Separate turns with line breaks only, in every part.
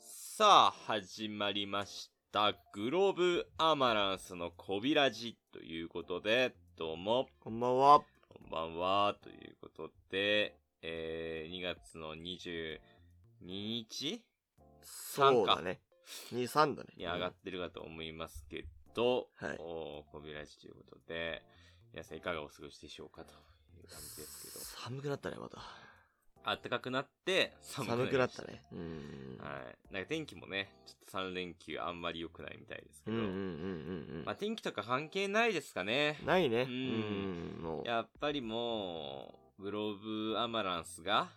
さあ、始まりました。グローブアマランスのコビラジということで、どうも、
こんばんは。
こんばんは、ということで、えー、2月の22日
そうだね。2、3だね。
に上がってるかと思いますけど、
はい
おーコビラジということで、皆さんいかがお過ごしでしょうかという感じです
寒くなったね、また。
けど、暖かくなって寒くな
寒く
り
な
ま
っ
したた
ね。うん。
はい。なんか天気もね、ちょっと3連休あんまり良くないみたいですけ
うん
ど、
うんうんうん
まあ天気とか関係ないですかね
う。ん。ないね。
う
うんん。もう。
やっぱりもう、グローブアマランスが、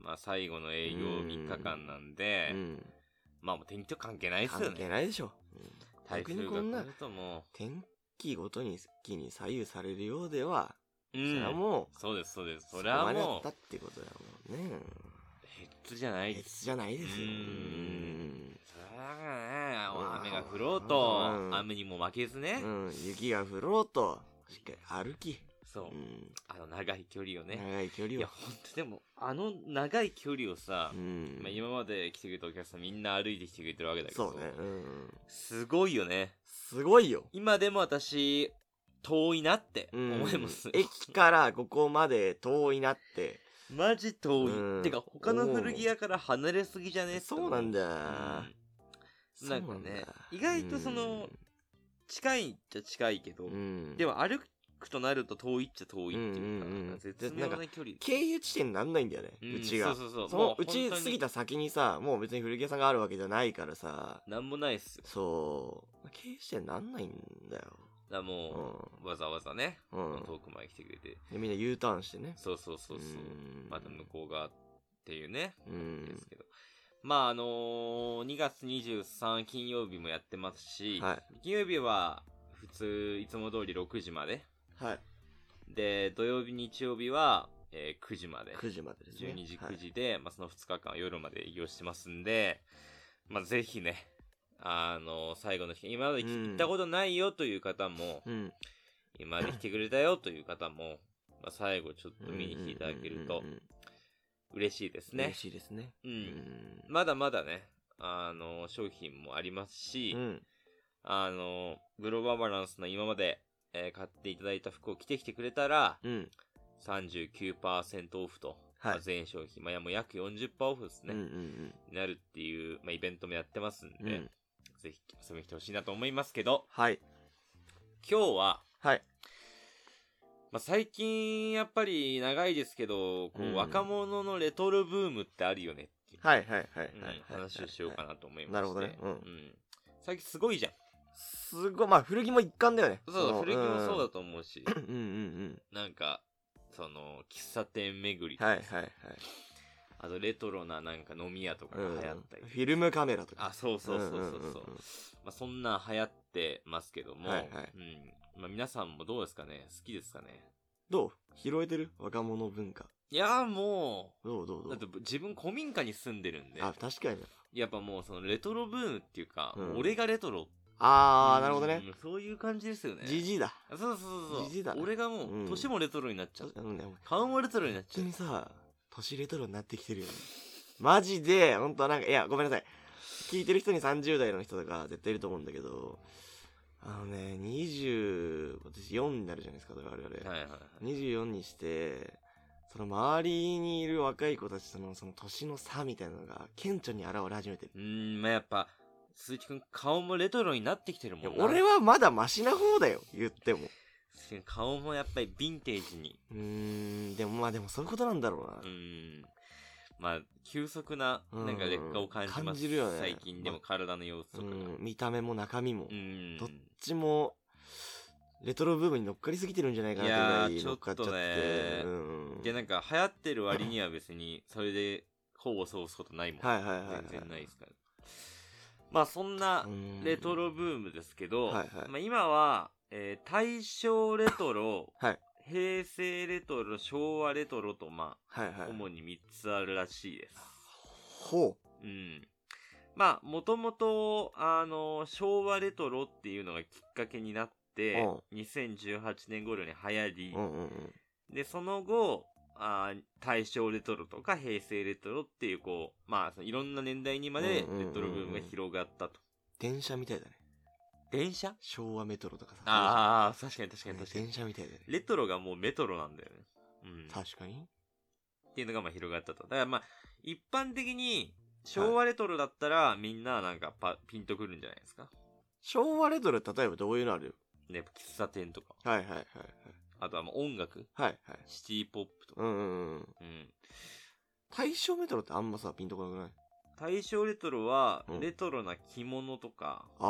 まあ最後の営業
うん
3日間なんで、
うん。
まあもう天気と関係ないですよ
関係
ね。
ないでしょ。うん
台
逆
風
に
が
こんな
来るとも
天気ごとに、気に左右されるようでは、
う、う
それは
ん。
もう、
そうです、そうです。それは
そこまでだ
も
っ
う
た、ってことだもんね。
ヘッズじゃないです。
別じゃないですよ。
う
うんん。
それは
うん
ね、雨が降ろうと、
うん
雨にも負けずね、
うん。雪が降ろうと、しっかり歩き。
そう
う、ん。
あの長い距離をね。
長い距
い
離
や、
を。
ほんとでも、あの長い距離をさ、
うん
まあ、今まで来てくれたお客さんみんな歩いてきてくれてるわけだけど、
そうね。うん。
すごいよね。
すごいよ。
今でも私、遠いなって
うん
思います。
駅からここまで遠いなって。
マジ遠い。
うん
てか、他の古着屋から離れすぎじゃね
そうなんだ。
うんなんかね意外とその、近いっちゃ近いけど、
うん、
で
も、
も歩くとなると遠いっちゃ遠いっていうか、
うんうんうん
絶妙な距離。
経由地点になんないんだよね、
ん
うちが。
そうそう
そ
そう。
の
も
うち過ぎ。た先にさ、もう別に古着屋さんがあるわけじゃないからさ、
なんもないっすよ。
そう、経由地点になんないんだ
だ
よ。
からもう、わざわざね、
うん。うん、
遠くまで来てくれて。
でみんな U ターンしてね。
そうそうそうそう。
ん
また向こう側っていうね。
う
で
ん
す。けど。まあ、あのー2月23金曜日もやってますし、
はい。
金曜日は普通、いつも通り6時まで。
はい。
で、土曜日、日曜日は、えー9時まで。
9時までですね。
12時、
はい
9時で、まあ、その2日間夜まで営業してますんで、まあ、ぜひね、あのー最後の日、今まで来
うん
行ったことないよという方も、
うん。
今まで来てくれたよという方も、まあ、最後ちょっと見に来ていただけると
うんうんうん
嬉しいです
うん
ね
嬉。しいですね。
う。
うん
まだまだね、あの、商品もありますし、
うん。
あの、グローバーバランスの今まで、えー買っていただいた服を着てきてくれたら、
うん。
39%オフと、
はい
まあ全商品、まあ、やもう約40%オフです
うんう
ね、
ん
になるっていう、まあ、イベントもやってますんで、
うん。うん。
ぜひ遊びに来てほしいなと思いますけど、
はい。
今日は、
はい。
まあ、最近、やっぱり長いですけど、こう、
うん
若者のレトロブームってあるよねっていう、
はいはいはいはい
うん
はい。
話をしようかなと思いまして、
なるほどねうん
最近すごいじゃん。
すごい、まあ古着も一環だよね。
そう
の
古着もそうだと思うし、
うんうんうん
なんか、その、喫茶店巡り
う
と
ん。
か、
はいはいはい。
あとレトロななんか飲み屋とか
う
が
ん
流行ったり、
フィルムカメラとか。
あ、そうそうそうそうそう,、
んんんん
まあそんなん流行ってますけども、
はいはい
うん。まあ皆さんもどうですかね好きですかね
どう拾えてる若者文化。
いやーも
どうどう
う、
ど
だっ
う
て自分古民家に住んでるんで、
あ、確かに。
やっぱもうそのレトロブームっていうか、
うん
俺がレトロ。う
あー、
ん
なるほどね。。
そういう感じですよね。
じじいだ。
あそうそうそうそう。
じじいだね
俺がもう、
うん
年もレトロになっちゃう。
あのね、本
顔もレトロになっち
当
ゃう
に。さ、年レトロになってきてるよね。マジで、本当はなんか、いや、ごめんなさい。聞いてる人に30代の人とか絶対いると思うんだけど、あのね、20、私4になるじゃないですか、我々。
はいはいはい。
24にして、その周りにいる若い子たちとのその年の差みたいなのが顕著に現れ始めてる。
うーん、まあ、やっぱ、鈴木くん顔もレトロになってきてる
いや
もんな。
俺はまだマシな方だよ、言っても。
鈴木くん顔もやっぱりヴィンテージに。
うーん、でもまあでもそういうことなんだろうな
う。ーん。まあ、急速な、なんか劣化を感じます。
うん感じるよね
最近でも体の様子とか
う
が。うん
ん、見た目も中身も。。
う
どっ
ん
どちも、レトロブームに乗っかりすぎてるんじゃないかなって
いやー
いうぐらい乗っかっちゃって
ちょっとね。
うん
で、なんか流行ってる割には別に、それで、功を奏すことないもん。
はいはいはいはい。
全然ないですから。まあ、そんな
う、ん
レトロブームですけど、
うんはいはい
まあ、今は、えー大正レトロ、
はい
平成レトロ、昭和レトロと、ま
はい
あ、
はい。
主に3つあるらしいです。
ほ
うん。まあ、もともと、あの、昭和レトロっていうのがきっかけになって、2018年頃に流行り
う。う、んうんうん。
で、その後、あー大正レトロとか平成レトロっていう、こう、まあ、そのいろんな年代にまで
うんうんうんう
レ
ん
トロブームが広がったと。
電車みたいだね。
電車
昭和メトロとかさ。
ああ、確かに確かに
ね
確かに。
電車みたいだよね。
レトロがもうメトロなんだよね。うん。
確かに。
っていうのがまあ広がったと。だからまあ、一般的に昭和レトロだったらみんななんかパピンとくるんじゃないですか。
昭和レトロ、例えばどういうのある
ね、喫茶店とか。
はいはいはいはい。
あとはまあ音楽。
はいはい。
シティポップとか。
うんうんうん。
うん。
大正メトロってあんまさ、ピンとこなくない
大正レトロは
うん
レトロな着物とか、
あ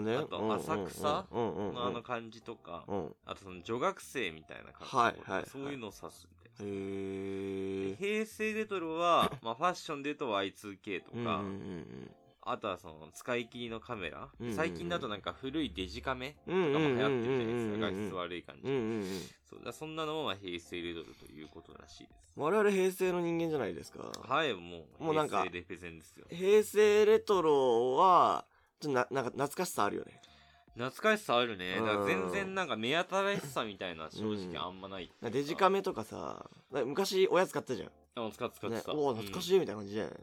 ーね。
あと
うんうんうん
浅草
うんうんうん。
あの感じとか、
うん。
あとその女学生みたいな感じ
はい
とか
はいはい
そういうのを指すみたいな。
へ
で
ー。
平成レトロ は、まあファッションで言うと Y2K と
うんうん
か、
うん
あとはその使い切りのカメラ、
うんうんうん
最近だとなんか古いデジカメ
う
と
ん。うん
かも
うん
流
う
行
ん
って
う
るじゃないです
ん
か、
うん
画質悪い感じ、
うんうんうん。
そうだからそんなのもまあ平成レトロということらしいです
我々平成の人間じゃないですか。
はいもう
もうなんか
平成レペゼンですよ
平成レトロは、ちょっとな、なんか懐かしさあるよね。
懐かしさあるね
う
だ
ん
から全然なんか目新しさみたいな正直あんまないっていうか
デジカメとかさ、なんか昔おやつ買ったじゃん。
あ使って使って
ね、
た、
おお、懐か
い、
しいみたいな感じじゃない、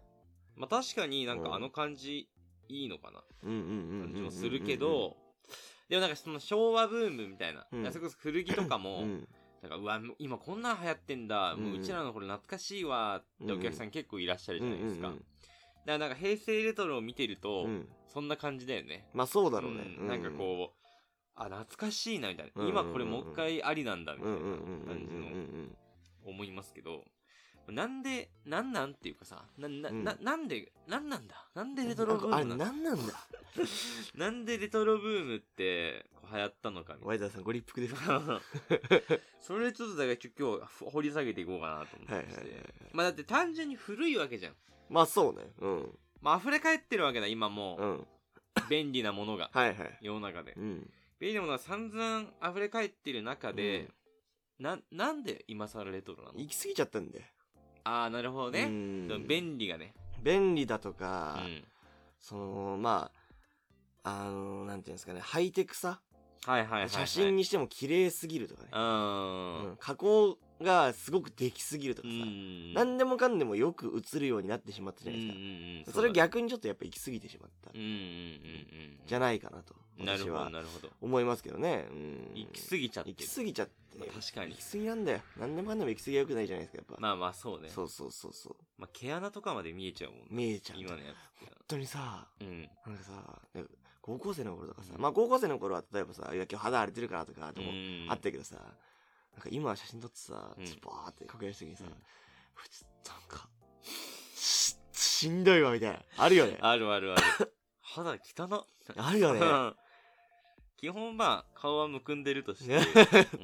まあ、確かになんかあの感じいいのかな
うん、うんうんうんうんうん。
感じもするけどでもなんかその昭和ブームみたいな、
うん
それこそ古着とか
う
も、
ん、
なんか、うわ、今こんなん流行ってんだ、もううんうちらの頃懐かしいわってお客さん結構いらっしゃる
う
じ
ん
ゃ
う
ない
んう
です
ん
か。だからなんか平成レトロを見てると、
うん
そんな感じだよね。
まあそうだろうね、
うんなんかこう、あ、懐かしいなみたいな。
うん
今これもう一回ありなんだみた
う
い
ん
な
うんうんうんうん
感
う
じの
ん
思いますけど、なんで、なんなんっていうかさ、な、な、
うん
ななんで、なんなんだなんで
うん
レトロブーム
な
なんん
か
だ
あれ何なんだ
なんでレトロブームってこう流行ったのかみたいな
ワイザーさんご立腹ですか
それちょっとだから今日今日掘り下げていこうかなと思ってまして、
はいはいはいはい
まあだって単純に古いわけじゃん。
まあそうねうん
まあ溢れ返ってるわけだ、今も
う
う。
ん
便利なものが、
はいはい
世の中で
う。ん
便利なものが散々溢れ返ってる中で、な、なんで今更レトロなの
行き過ぎちゃったんで
ああ、なるほど
う
ね。
ん
その便利がね。
便利だと
う
か、
ん。
そのまああのなんていうんですかねハイテクさ、
はいはいはい、はい。
写真にしても綺麗すぎるとかね
う、ん。
うん加工がすごくできすぎると
う
かさ、
ん。
何でもかんでもよく映るようになってしまったじゃないです
う
か、
んうん。
それ
逆。
逆にちょっとやっぱ行き過ぎてしまった
うんうんうんうん。
じゃないかなと
なる
私
ほど、
は
なるほど。
思いますけどね。うん
行き過ぎちゃって
行
る。
き過ぎちゃって、
まあ確かに
行き過ぎなんだよ。何でもかんでも行き過ぎは良くないじゃないですかやっぱ。
まあまあそうね。
そうそうそうそう
まあ、毛穴とかまで見えちゃうもんね。
見えちゃう。
今
本
のやつって。
当にさ
うん。
なんかさなんか高校生の頃とかさ、
うん
まあ高校生の頃は例えばさいや今日肌荒れてるからとかでも
うん
あったけどさ、なんか今写真撮ってさ
うん
ちょっとバーって拡大した時にさ、
うん
これちょっとなんかししんどいわみたいなあるよ ね。あ
あるあるあ る。肌汚
るよね。
っ。 基本まあ、顔はむくんでるとして
ね、
う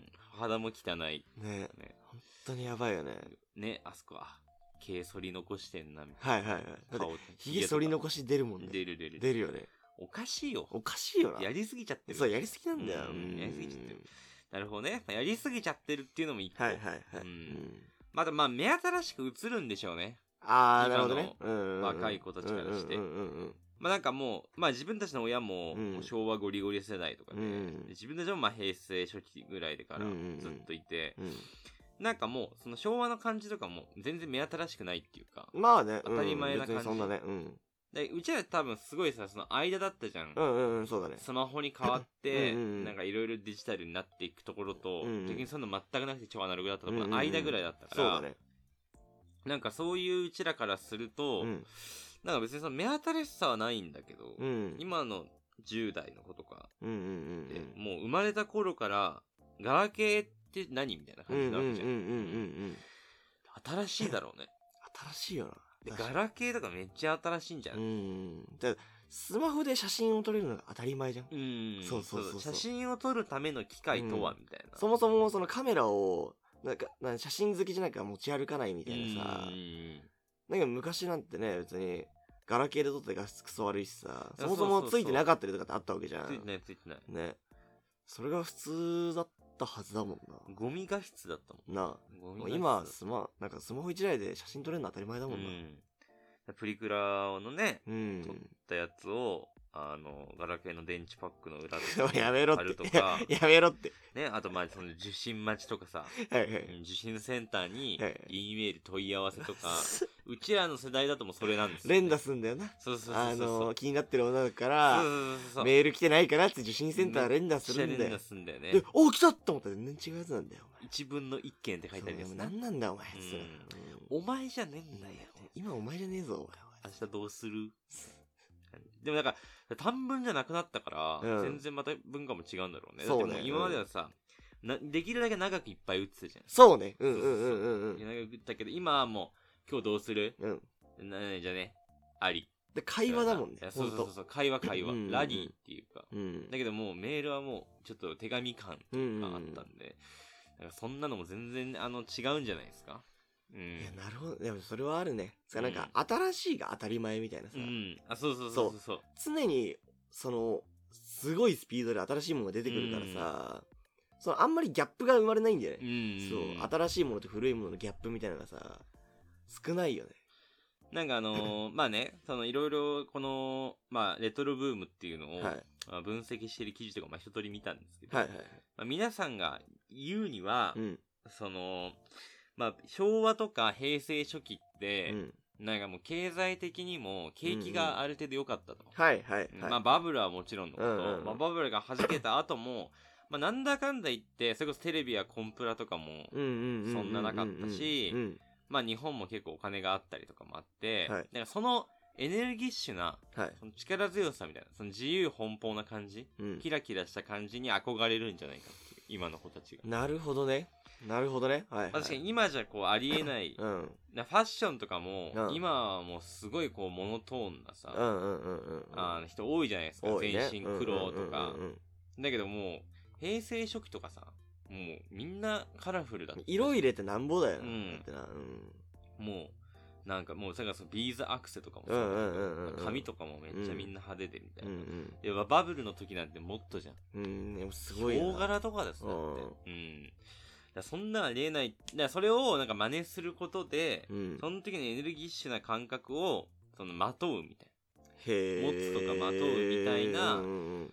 ん。肌も汚い。
ね
ね
本当にやばいよね。
ね、あそこは、毛剃り残してんな、みたい
はいはいはい。だ
な。
って
顔、
ひげ剃り残し出るもんね。
出る出る。
出るよね。
おかしいよ。
おかしいよな。
やりすぎちゃってる。
そう、やりすぎなんだよ。
う
うんん
やりすぎちゃってる。なるほどね。まあやりすぎちゃってるっていうのも一個。
はいはいはい。
うん
うん
またまあ、目新しく映るんでしょうね。
あ
今の
ー、なるほどね。うんうんうん
若い子たちからして
うんうん
まあなんかもう、まあ自分たちの親も
うん
もう昭和ゴリゴリ世代とかで、
うんうん
自分たちもまあ平成初期ぐらいでから
うんうんうん
ずっといて、
うんうん
なんかもうその昭和の感じとかも全然目新しくないっていうか、
まあね、
当たり前な感じ
うん別にそんなね。うん
でうちら多分すごいさ、その間だったじゃん。
うんうんうん、そうだね。
スマホに変わって、
うんうんうん
なんかいろいろデジタルになっていくところと、
うんうん
逆にそんな全くなくて超アナログだったとこ
うんう
ろ
んうん
の間ぐらいだったか
そう
ら、
だね。
なんかそういううちらからすると、
うん
なんか別にその目新しさはないんだけど、
うん。
今の10代の子とか、
うんうん
でもう生まれた頃から、ガラケーって何みたいな
うんうん。うん
感じ
うん
な
うん
わ
うん
けじゃん。
うん。
新しいだろうね。
新しいよ
で
な。
ガラケーとかめっちゃ新しいんじゃん。
う
うん
うん。だからスマホで写真を撮れるのが当たり前じゃん。
ん。
そうそうそうそう
写真を撮るための機械とは、
う
みたいな。
そもそもそのカメラを、なんか、なんか写真好きじゃなきゃ持ち歩かないみたいなさ
う。ん
なんか昔なんてね、別に、ガラケーで撮った画質クソ悪いしさ、
い
そ
やそうそう
もそ
そ
も
う
ついてなかったりとかってあったわけじゃ
ついて
ん。
ないついてない。
ね。それが普通だったはずだもん
ゴミ画質だったも
な。なあ。
ん。ゴミ
も
画質
う今、スマ、なんかスマホ一台で写真撮れるの当たり前だ
う
もんな。
ん。プリクラのね、
うん。
撮ったやつを、あの、ガラケーの電池パックの裏とか
もう やめろっ
あると
て。
か
、やめろって。
ね、あとまあその受信待ちとかさ、
はいは
う
い。
ん受信センターに
はいはい、
E メール問い合わせとか、うちらの世代だともうそれなんですよ
連打すんだよな。
そうそうそ
あ
うそう。
の、気になってる女の子か
そう
ら、
そうそうそう。
メール来てないからって受信センター連打するん
めっ
だ
ちゃ連
よ
打。すんだよね
で。お、来たと思ったら全然違うやつなんだよ。
一分の一件って書いてあるやつ
そう
な
何なんだお前
うん
それうん
お前じゃねえんだよ。
今お前じゃねえぞ
明日どうするでもなんか、短文じゃなくなったから、
うん
全然また文化も違うんだろうね。
そうね
だっても今まではさ、なできるだけ長くいっぱい打ってたじゃん。
そうねうんうんうんうんうん
長く打ったけど、今はもう、今日どうする
うん
なじゃねあり。
で会話だもんね
いやそ
ほ
うんそう
と
そう、会話会話
うんうんう。ん
ラリーっていうか。
うん
だけどもうメールはもう、ちょっと手紙感
うん
が
う
あっ
ん
たんで、なんかそんなのも全然、あの、違うんじゃないですかうん
いや。なるほどでもそれはあるねつか
うん
なんか新しいが当たり前みたいなさ
うん。あ、そうそうそうそうそう。
常にそのすごいスピードで新しいものが出てくるからさそのあんまりギャップが生まれないんだよ
う
ね
ん。
そう新しいものと古いもののギャップみたいなのがさ少ないよね
なんかあ のーまあね、そのいろいろこの、まあ、レトロブームっていうのを、
はい
まあ分析してる記事とか、まあ、一通り見たんですけど、
はいはい
まあ、皆さんが言うには、
うん
その、まあ、昭和とか平成初期って
う、ん
なんかもう経済的にも景気がある程度良かったと。
はいはいはい
まあ、バブルはもちろんのこと、
うんうんうん
まあ、バブルが弾けた後も、まあ、なんだかんだ言って、それこそテレビやコンプラとかも、
うんうんううう
そんななかったし
うん
まあ、日本も結構お金があったりとかもあって、
はい
なんかそのエネルギッシュな、
はい。
その力強さみたいな、その自由奔放な感じ、
うん
キラキラした感じに憧れるんじゃないかっていう、今の子たちが。
なるほどね。なるほどね。はい、はい。
まあ確かに今じゃこうありえない、
うん。うん
なファッションとかも、
うん
今はもうすごいこうモノトーンな
う
さ、
んうんうんうん。
あの人多いじゃないですか、
多いね
全身黒とか
うんうんうんうん。
だけどもう、平成初期とかさ、もうみんなカラフルだったし
色入れてなんぼだよな。
うん
だってな。うん。
もう、なんかもう、それからそのビーズアクセとかもさ、
うんうんうんうんうん
髪とかもめっちゃみんな派手でみたい
うん
な。でババブルの時なんてもっとじゃん。
うん。うん、でもすごいよ
大
な。
柄とかですね。だっ
うん
てうん。だからそんなありえない。だからそれをなんか真似することで、
うん。
その時のエネルギッシュな感覚を、その、まとうみたい
へえ。
持つとかまとうみたいな
うんうんうん
な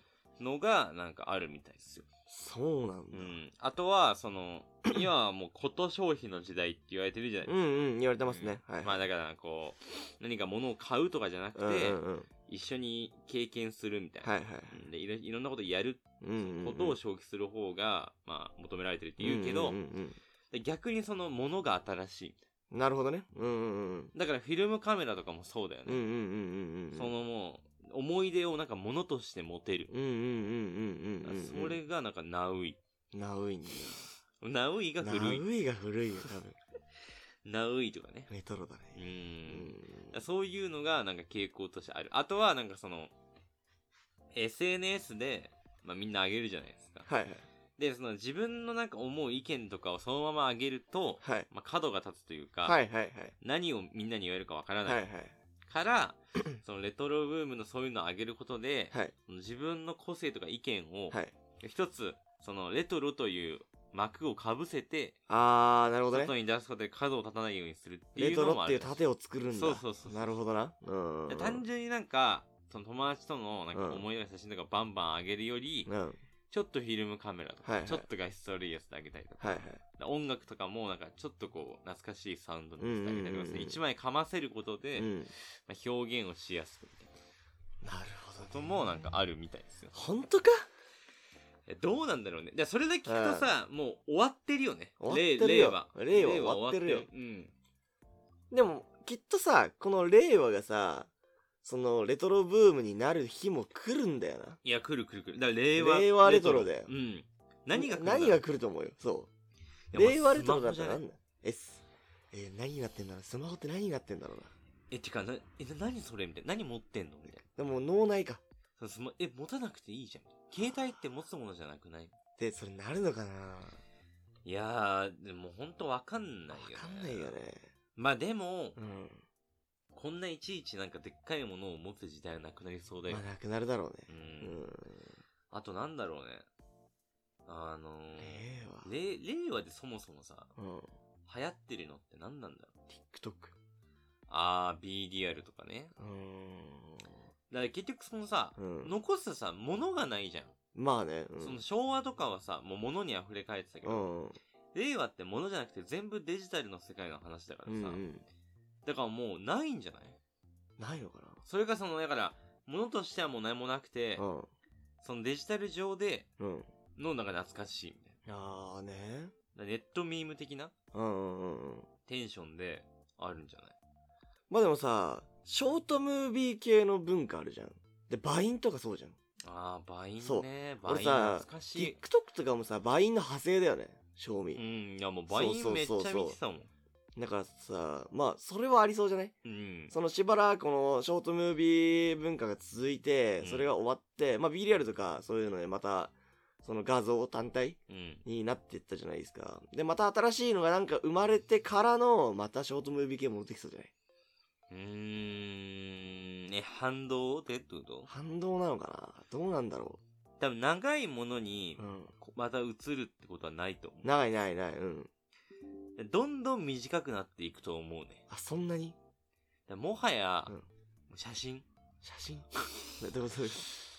のが、なんかあるみたいですよ。
そうなん
う
だ。
ん。あとは、その、 今はもう、こと消費の時代って言われてるじゃないで
う
すか。
んうん。言われてますね。はい。
まあだから、こう、何か物を買うとかじゃなくて、
うんうんうん。
一緒に経験するみたいな。
はいはい。
うんでいろいろんなことやる
うんうんうん。
ことを消費する方が、まあ、求められてるって言うけど、
んんん
で逆にそのものが新しいみたい
うんなるほどね。うんうんうん。
なだからフィルムカメラとかもそうだよ
うんうん
ね、
うんうんうん。
そのもう思い出をなんかものとして持てる、
うんうんうんうんうんうん。
それ。がなんかナウイ
ナウイんだよ。
ナウイが古い
ナウイが古いよ、多分。
ナウイとかね
レトロだ
う
ね。うん
そういうのがなんか傾向としてあるあとはなんかその SNS で、まあ、みんなあげるじゃないですか
はい
でその自分のなんか思う意見とかをそのままあげると、
はい。
まあ、角が立つというか、
はいはいはい。
何をみんなに言えるかわから
はい
な
はい
い から、そのレトロブームのそういうのを上げることで、
はい。
自分の個性とか意見を、
はい。
一つ、そのレトロという幕をかぶせて、
あー、なるほどね
外。に出すことで角を立たないようにするってい
レ
う
ト
の
ロ
も
っ
あ
てい
る
う盾を作るんだ。
そうそうそう
なるほどな。うんうんうん。
単純になんか、その友達とのなんか
うん
思い出の写真とかバンバン上げるより、
うん。はい
ちょっとフィルムカメラとか、
はいはい
ちょっと画質悪いやつであげたりとか、
はい。
音楽とかもなんかちょっとこう懐かしいサウンドのやつであげたりとか
うん
し
うんうんうん
て、一枚かませること
う
で、
ん。
まあ、表現をしやすくみたいな
なるほ
こ
ど
と
ね。
もなんかあるみたいですよ。
本当か
えどうなんだろうね。じゃそれだけ聞くとさ、もう終わってるよね。
終わってるよ
令
令
和
和終わってるよ
令和終わって
でも、きっとさ、この令和がさ、そのレトロブームになる日も来るんだよな。
うん。いや、来る来る来る。だから令和。
令和レトロだよ
うん。何が来るんだろう
何が来ると思うよ。そ
いや
う。
まあ
令和レトロだっ
スマホじゃ
たら
ない
何だ ?S。えー、何になってんだろうスマホって何になってんだろうな。
え、てか、な、え、な何それみたいな。何持ってんのみたいな
でも脳内か。
そのスマ。え、持たなくていいじゃん。携帯って持つものじゃなくない
で、それなるのかない
やー、でもほんとわかんな
わ
いよ、ね。
かんないよね。
まあでも、
うん。
こんないちいちなんかでっかいものを持つ時代はなくなりそうだよ
まあ、。なくなるだろう
う。
ね。うんん。
あとなんだろうね。あのー、
令和。
れ令和でそもそもさ、
うん。
流行ってるのって何なんだろう
TikTok。
あー、BDR とかね。
うーん。
だから結局そのさ、
うん。
残すさ、物がないじゃん。
まあね。うん
その昭和とかはさ、もう物に溢れ返ってたけ
う
ど、
ん。
令和って物じゃなくて全部デジタルの世界の話だから
う
さ、
んうん。
だからもうないんじゃない
ないのか
それがその、だから、物としてはもう何もなくて、
なうん。
そのデジタル上で
うん。
のなんか懐かしいみたい
ああね。
な。だからネットミーム的な
うんうんうんうん。
テンションであるんじゃない
まあでもさ、ショートムービー系の文化あるじゃん。で、バインとかそうじゃん。
ああ、バイン
そう
ね。バイン
俺さ
懐かし
TikTok とかもさ、バインの派生だよね。賞味
い。う。ん、いやもうバインめっちゃ見てたもん。
だからさ、まあ、それはありそうじゃない
うん。
そのしばらくこのショートムービー文化が続いて
うん、
それが終わって、まあ B リアルとかそういうのでまた、その画像単体
うん。
になっていったじゃないですか。で、また新しいのがなんか生まれてからの、またショートムービー系戻ってきそうじゃないう
ーん。え、反動でってこと
反動なのかなどうなんだろ
多分長いものに
ううん。
こまた映るってことはないと思
ないないない、うん。
う。どんどん短くなっていくと思うね。
あ、そんなに
だもはや
うん、
写真
写真 などうする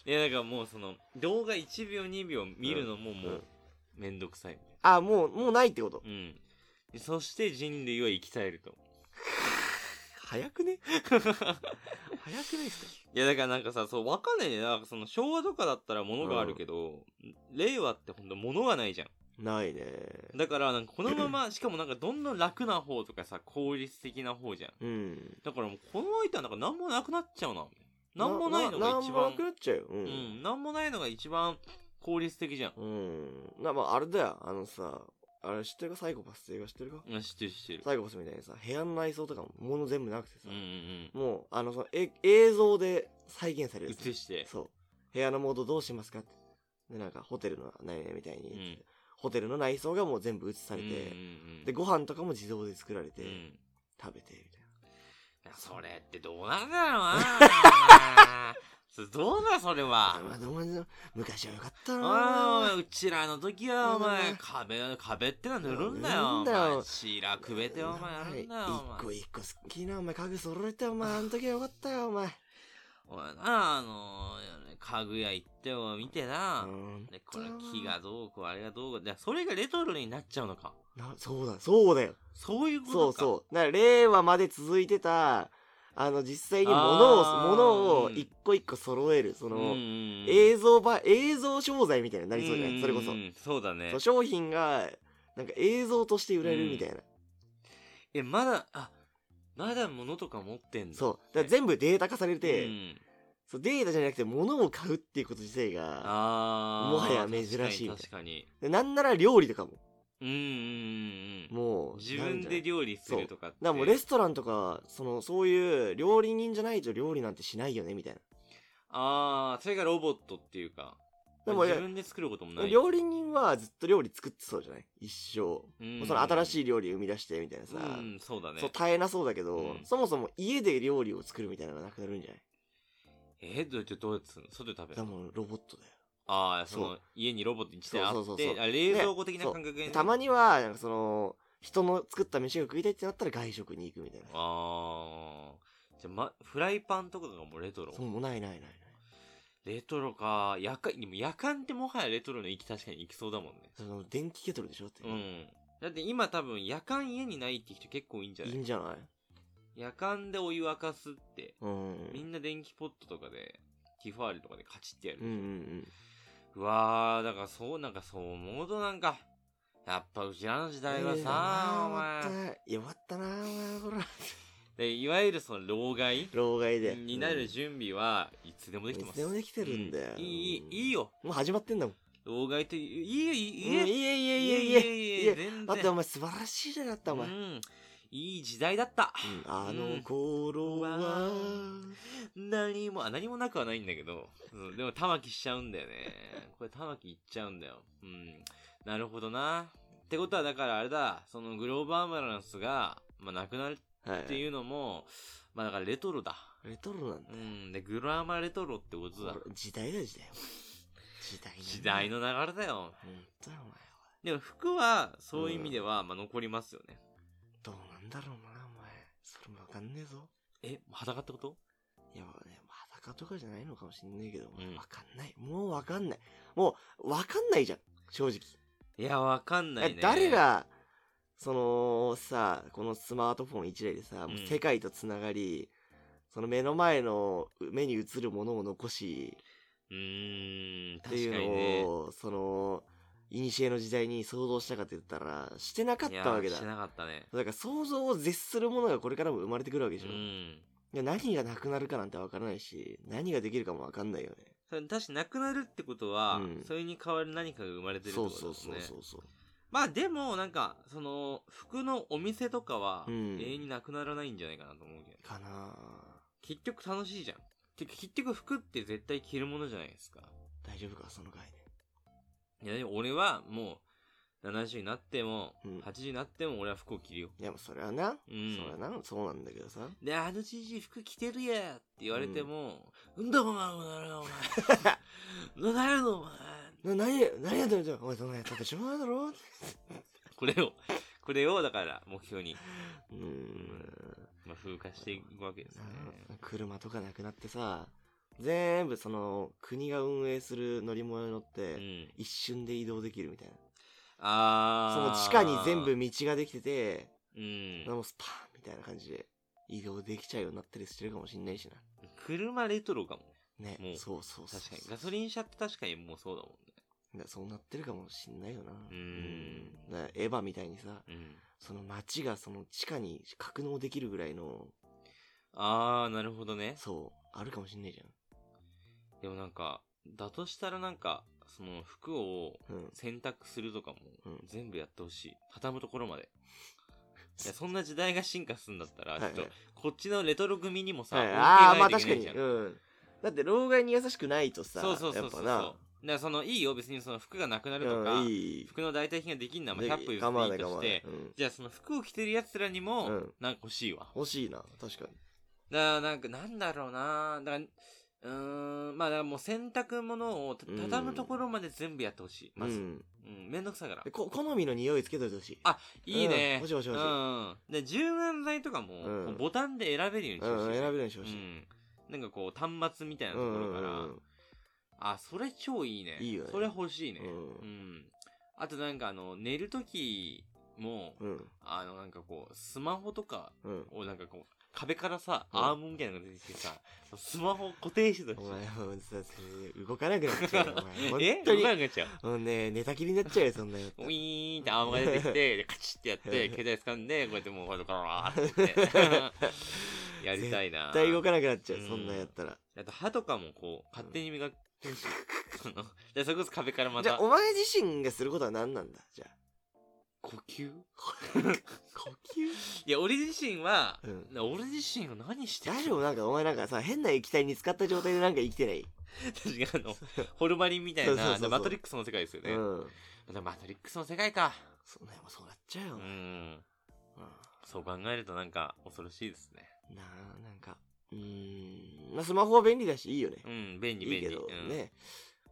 いや、なんかもうその、動画1秒2秒見るのもも
う、
うんめんどくさいみたい
あ、もう、もうないってこと
な。うん。でそして人類は生き絶えると。
早くね 早くないですか
いや、だからなんかさ、そう、わかんないね。なんかその、昭和とかだったら物があるけど、令和ってほんと物がないじゃん。
ないね。
だから、なんかこのま ま、しかもなんかどんどん楽な方とかさ、効率的な方じゃん。
うん。
だからもう、この相手はなんか何もなくなっちゃうな。何もないのが一
ななんも
番
なく、なっちゃうよ。う。
うんん、何もないのが一番効率的じゃん。
うん。な、まあ、あれだよ。あのさ、あれ知ってるかサイコパスって映画知ってるか
いや知ってる知ってる。
サイコパスみたいにさ、部屋の内装とかも物全部なくてさ
うん、うん
もう、あの、その、え、映像で再現され
うん。
るやつ。
映して。
そう。部屋のモードどうしますかって。で、なんか、ホテルの、何々みたいに、
うん
ホテルの内装がもう全部映されて、
うん
で、ご飯とかも自動で作られて、
うんうん、うん
食べて、みたいな。
それってどうなんだろうな それどうだそれは
あ、まあ、どうも昔はよかったな
ああ、うちらの時は、お
う
前
ん、
壁、壁ってのは塗るんだ
塗
よ。
る
お
んだよ
前、ちらくべて、お前、あるんだよ、
一
お
個
前。
一個好きな、お前、家具揃えて、お前、あの時はよかったよ、お前。
お前な、あのー、家具屋行っても見てな。
うん
で、これ木がどうこう、あれがどうこう。でそれがレトロになっちゃうのか。
なそうだそうだよ
そういうこ
そ
と
う
か。
そうだから令和まで続いてたあの実際に物
あ
を
ー
物を
うん
一個一個揃えるそ
うん
の、
うんうん。
映像ば映像商材みたいになりそうじゃない、それこそ,、
うんうんそうだね
そう。商品がなんか映像として売られるみたいな、
え、まだ、あ、まだ物とか持ってんだ。
そうだから全部データ化されて、
うん
そうデータじゃなくて物を買うっていうこと自体が
あー
もはや珍しいみたいな
確かに
でなんなら料理とかも
確かにうんうんうん
もう
自
なん
分
じゃな
で
い
料理するとかって
だからもうレストランとかそのそういう料理人じゃないと料理なんてしないよねみたいな
ああそれがロボットっていうか
でも
自分で作ることもない
料理人はずっと料理作ってそうじゃない一生、
うん
その新しい料理生み出してみたいなさ、
うんそうだね
そう耐えなそうだけど、
うん
そもそも家で料理を作るみたいなのがなくなるんじゃない
えどうやってどうやってするの外で食べ
で
るの
もうロボットだよ
ああそ
そ
の家にロボット1台あ
そうそ
っ
うそう
て
そう
あ冷蔵庫的な感覚でね
たまにはなんかその人の作った飯が食いたいってなったら外食に行くみたいな
ああじゃあまフライパンとかがもうレトロ
そうもうないないないない
レトロか夜間でも夜間ってもはやレトロの域確かに行きそうだもんね
その電気ケトルでしょって、
うんだって今多分夜間家にないって人結構いいんじゃない
いいんじゃない
夜間でお湯沸かすって、
うん
みんな電気ポットとかで、ティファールとかでカチってやる
うんう
でしょ。
ん
うわー、だからそう、なんかそう思うとなんか、やっぱうちらの時
うん
代はさ、
え
お
え
前
な終わったなお前ほら
で、いわゆるその老害
老害で
になる準備はいつでも
うん
でき
い
てま
つ
す。
でもできてるんだよ、
うんいい、いい、いいよ。
もう始まってんだもん
老害という、いいよ、いい、
うんいえい
い
えいえい
い
え
い
い
全
え
然。
だってお前素晴らしいじゃなかったお前、
う
うん
ん。いい時代だった。
あの頃は
何も、あ、何もなくはないんだけど、うん、でも玉木しちゃうんだよね。 これ玉木いっちゃうんだよ。うん。なるほどな。ってことは、だからあれだ、そのグローバーアマランスが、まあ、なくなる
はい
っていうのも、まあ、だからレトロだ。
レトロなんだ
うん。で、グロアマレトロってことだ。
時代だよ時代は時代なん
時
だ
代の流れだよ。
本当だよ
でも服は、そういう意味では、まあ、残りますよね。
お前どうなんだろうなお前それもわかんねえぞ
え、裸ってこと
いやまあねまあだ日とかじゃないのかもしんないけど、
うん
わかんない。もうわかんない。もう、わかんないじゃん、正直。
いや、わかんないね。
誰が、そのさ、このスマートフォン一台でさ、もううん世界とつながり、その目の前の目に映るものを残し、
うーん、
って
確
い
かに
う
ね。
のを、その、古の時代に想像したかって言ったら、してなかったわけ
いや
だ。
してなかったね。
だから想像を絶するものがこれからも生まれてくるわけ
う
でしょ。
ん。
いや何がなくなるかなんてわからないし、何ができるかもわかんないよね。
それ確かになくなるってことは、
うん
それに代わる何かが生まれてるって
そ
こ
う
とだ
そ
もん
う
ね。
そうそうそう。
まあでも、なんか、その、服のお店とかは、
うん
永遠になくならないんじゃないかなと思うけど。
かなぁ
結局楽しいじゃん。てか結局服って絶対着るものじゃないですか。
大丈夫か、その概
いや、でも俺はもう、70になっても、
うん
80になっても俺は服を着るよ。
念。いや、もうそれはな、
うん
それはな、そうなんだけどさ。
で、あのじじい服着てるやって言われても、うんだお前、おな ら、お前。どなるのお前。
な、何や、何やってるんだよ。お前、どんなやったってしょうがないだ ろう
これを、これをだから目標に、
ーん。
まあ、風化していくわけですね
な。あ車とかなくなってさ、全部その、国が運営する乗り物に乗っ
う
て、
ん。
一瞬で移動できるみたいな。そ
あ
の
ー。
地下に全部道ができてて、
うん。
もうスパーンみたいな感じで移動できちゃうようになったりしてるかもしんないしな。
車レトロかも。
ね
も、う
そうそうそう。
確かに。ガソリン車って確かにもうそうだも
だそうなってるかもしんないよな。
ーん
うん。だからエヴァみたいに
ん
さ、
ね。うん。
その街がその地下に格納できるぐらいの、
あー、なるほどね。
そう、あるかもしんないじ
でもなんか、だとしたらなんか、その服を
ゃん。うん。
洗濯するとかも
うん、
全部やってほしい。畳むところま で。いや、そんな時代が進化するんだったら、ちょ
はい
っと、こっちのレトロ組にもさ、
はい、
恩恵
ああー、ま
な
あ
いとい
確
けな
か
い
に。
じゃん
うん。だって、老害に優しくないとさ、
そうそうそうそうそう。だ
や
か
っ
らその、いいよ、別にその服がなくな
ぱ
る
な、
とか
うん、、いい。
服の代替品ができんなら、まあ100歩譲
構わ
っ
な
ていいと
い構
し
わない
て、
うん
じゃあその服を着てる奴らにも
うん、
なんか欲しいわ。
欲しいな、確か
だ
に。
からなんかなんだろうなだからうーんまあだからもう洗濯物をた
うん
畳むところまで全部やってほしい、ま
う
ず、うん
ん。
めんどくさいから
でこ好みの匂いつけといてほしい。
あいいね、
うん欲しい欲しい欲しい
うんで柔軟剤とかも、
うん
こうボタンで選べるようにして
う
ほしい、
ん、選べるようにしてほしい。
うんなんかこう端末みたいなと
う
こ
んう
ろ
ん
から、
うんうん
あそれ超いいね
いいよね
それ欲しいね
う
うんん、あとなんかあの寝るときも、
うん
あのなんかこうスマホとか
うん
をなんかこう壁からさ、
うん
アームみたいなのが出てきてさスマホを固定してた
お
し
前もうさそれ動かなくなっちゃうよお前
え
本当
動かなく
に
なっちゃう。
もうね寝たきりになっちゃうよそんなやつ
ウィーンってアームが出てきて、 でカチッってやって、携帯掴んで、こうやってもうこうやってガラーってやって。 やりたいな。
絶対動かなくなっちゃう
うん
そんなんやったら
あと歯とかもこう、勝手に磨く。そのでそれこそ壁からま
じゃ
た
あ。お前自身がすることは何なんだじゃ あ
呼吸
呼吸
いや、俺自身は、
うん
俺自身は何してる
大丈夫なんかお前なんかさ変な液体に使った状態でなんか生き てない
確かにあの、ホルマリンみたいな、
そうそうそうそう
マトリックスの世界ですよ
う
ね。
ん
だマトリックスの世界か。
そんなんもうそうなっちゃうよ
う
うん
ん。そう考えるとなんか恐ろしいですね。
なあなんかうーんまあスマホは便利だしいいよね
うん、便利
い
便
い
利。
けど
うん
ね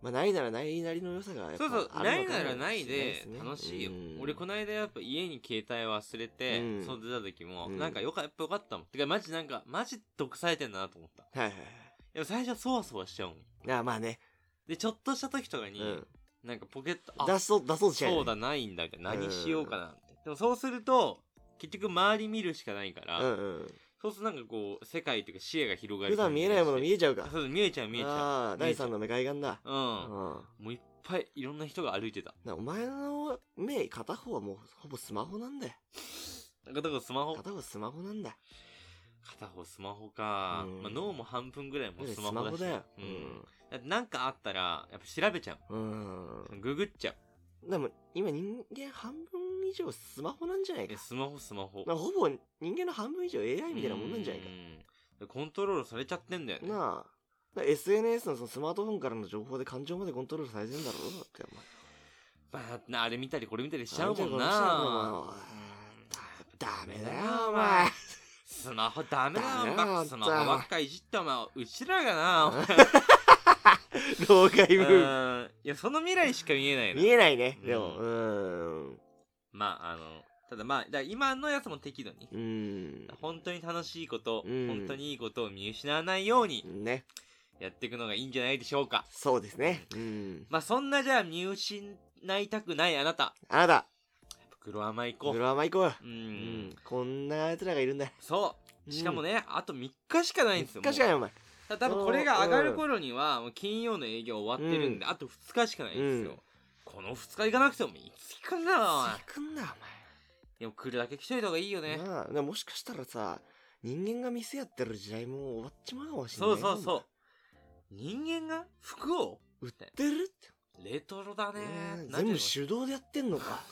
まあないならないなりの良さがやっぱ
そうそう、
あ
な
る
い
の
な
から
ない
もしれで
です
ね
楽しいよ。
うん
俺この間やっぱ家に携帯忘れて、
うん
そう出た時も、
うん
なんかよか、やっぱよかったもん。てかマジなんか、マジ毒されてんだなと思った。
はいはいはい
でも最初はそわそわしちゃうもん。
あまあね、
で、ちょっとした時とか
う
に、
ん、
なんかポケット、
出
あ、
そう出そうとしちゃう
そう
よね
だないんだけど、何しようかなって。でもそうすると、結局周り見るしかないから、
うんうん
そうするとなんかこう、世界というか視野が広がり
普段見えないもの見えちゃうか
そうそう見えちゃう見えちゃう。
ああ
見え
第
ちゃう
三の目外眼だ
う
うん
ん。
な
もういっぱいいろんな人が歩いてた。
お前の目片方はもうほぼスマホなんだよ
だからだからスマホ
片方スマホなんだ
片方スマホか、
うん
まあ、脳も半分ぐらいもう
ス
スマ
マ
ホだ
ホ
し
だよ
うんだってなんかあったらやっぱ調べちゃう
うん、
ググっちゃう
うん、でも今人間半分以上スマホなんじゃないか
えスマホスマホ
なほぼ人間の半分以上 AI みたいなもんなんじゃないか
うんコントロールされちゃってんだよね
なあだ SNS のそのスマートフォンからの情報で感情までコントロールされてんだろうなってお前
まあ、なあれ見たりこれ見たりしちゃうもん
あ
な
ダメだよお前
スマホダメだよ
ダメだよ
バカスマホばっかいじったお前うちらがなお前
老害ムー
うんいやその未来しか見えない
ブ
の
見えないね
うん
でもうん
まああのただまあだから今のやつも適度に
うん
本当に楽しいこと、
うん
本当にいいことを見失わないように
ね
やっていくのがいいんじゃないでしょうか。
そうですね。うん。
まあ、そんなじゃあ見失いたくないあなた。
あなた、
黒甘い子。
グロアマ行こうよ。
う
うんん。。こんな奴らがいるんだ。
そう。しかもね、あと3日しかないんですよ。
確かに
もう
お前。
た多分これが上がる頃には、もう金曜の営業終わってるんで、あと2日しかないんですよ。
うん
この2日行かなくても、いつ行くんだろ、お前
行。くんだ、
でも来るだけ来といた方がいいよ
お
ね
前。。なあ、でももしかしたらさ、人間が店やってる時代も終わっちまうかもしれ
そ
な
う
い。
そうそう。人間が服を
売ってるって。
レトロだね
ね。
なんてい
全
うの
部手動でやってんのか。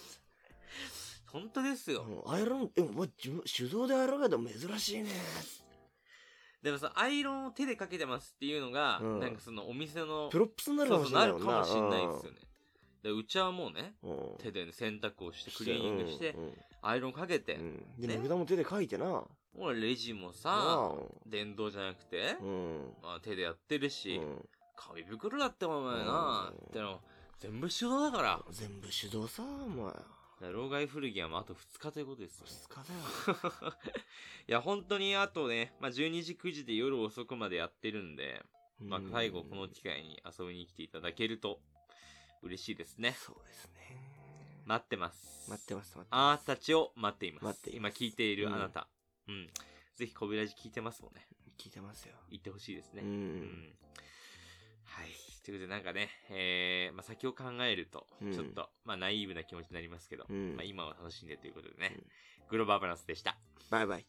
本当ですよ。
うんアイロン、え、お前、自分手動でアイロンやったら珍しいね。
でもさ、アイロンを手でかけてますっていうのが、
うん
なんかそのお店の、
プロップスになるか
そうそう
もしれな
ないる
も
か
んな。
もしれないですよね。で、うちはもうね、
うんうん
手でね、洗濯をして、クリーニングして
う、ん
アイロンかけて
う、んで、
ね
値札も手で書いてな。
ほら、レジも
な
さ、電動じゃなくて
あ、うん。
まあ手でやってるし
う、ん
紙袋だってお前な
う、ん
でも、全部手動だから。
全部手動さ、お
だ
前。
から老害古着はもうあと2日ということですよ。
二日だよ。
いや、本当にあとね、まあ、12時9時で夜遅くまでやってるんで、 まあ、最後この機会に遊びに来ていただけると嬉しいです
ね。
ね。
そうですね。
待ってます。
待ってます、待って
あ
ま
なたたちを待っています。
待っています
今聞いているあなた。うん。ぜひ、こびらじ聞いてますもんね。
す。聞いてますよ。
言ってほしいです
う。
ね。うんんはい。ということで、なんかね、えー、まあ、先を考えると
う、ん
ちょっと、まあ、ナイーブな気持ちになりますけど、
うん
まあ、今を楽しんでということでね、
うん
グローバーバランスでした。
バイバイ。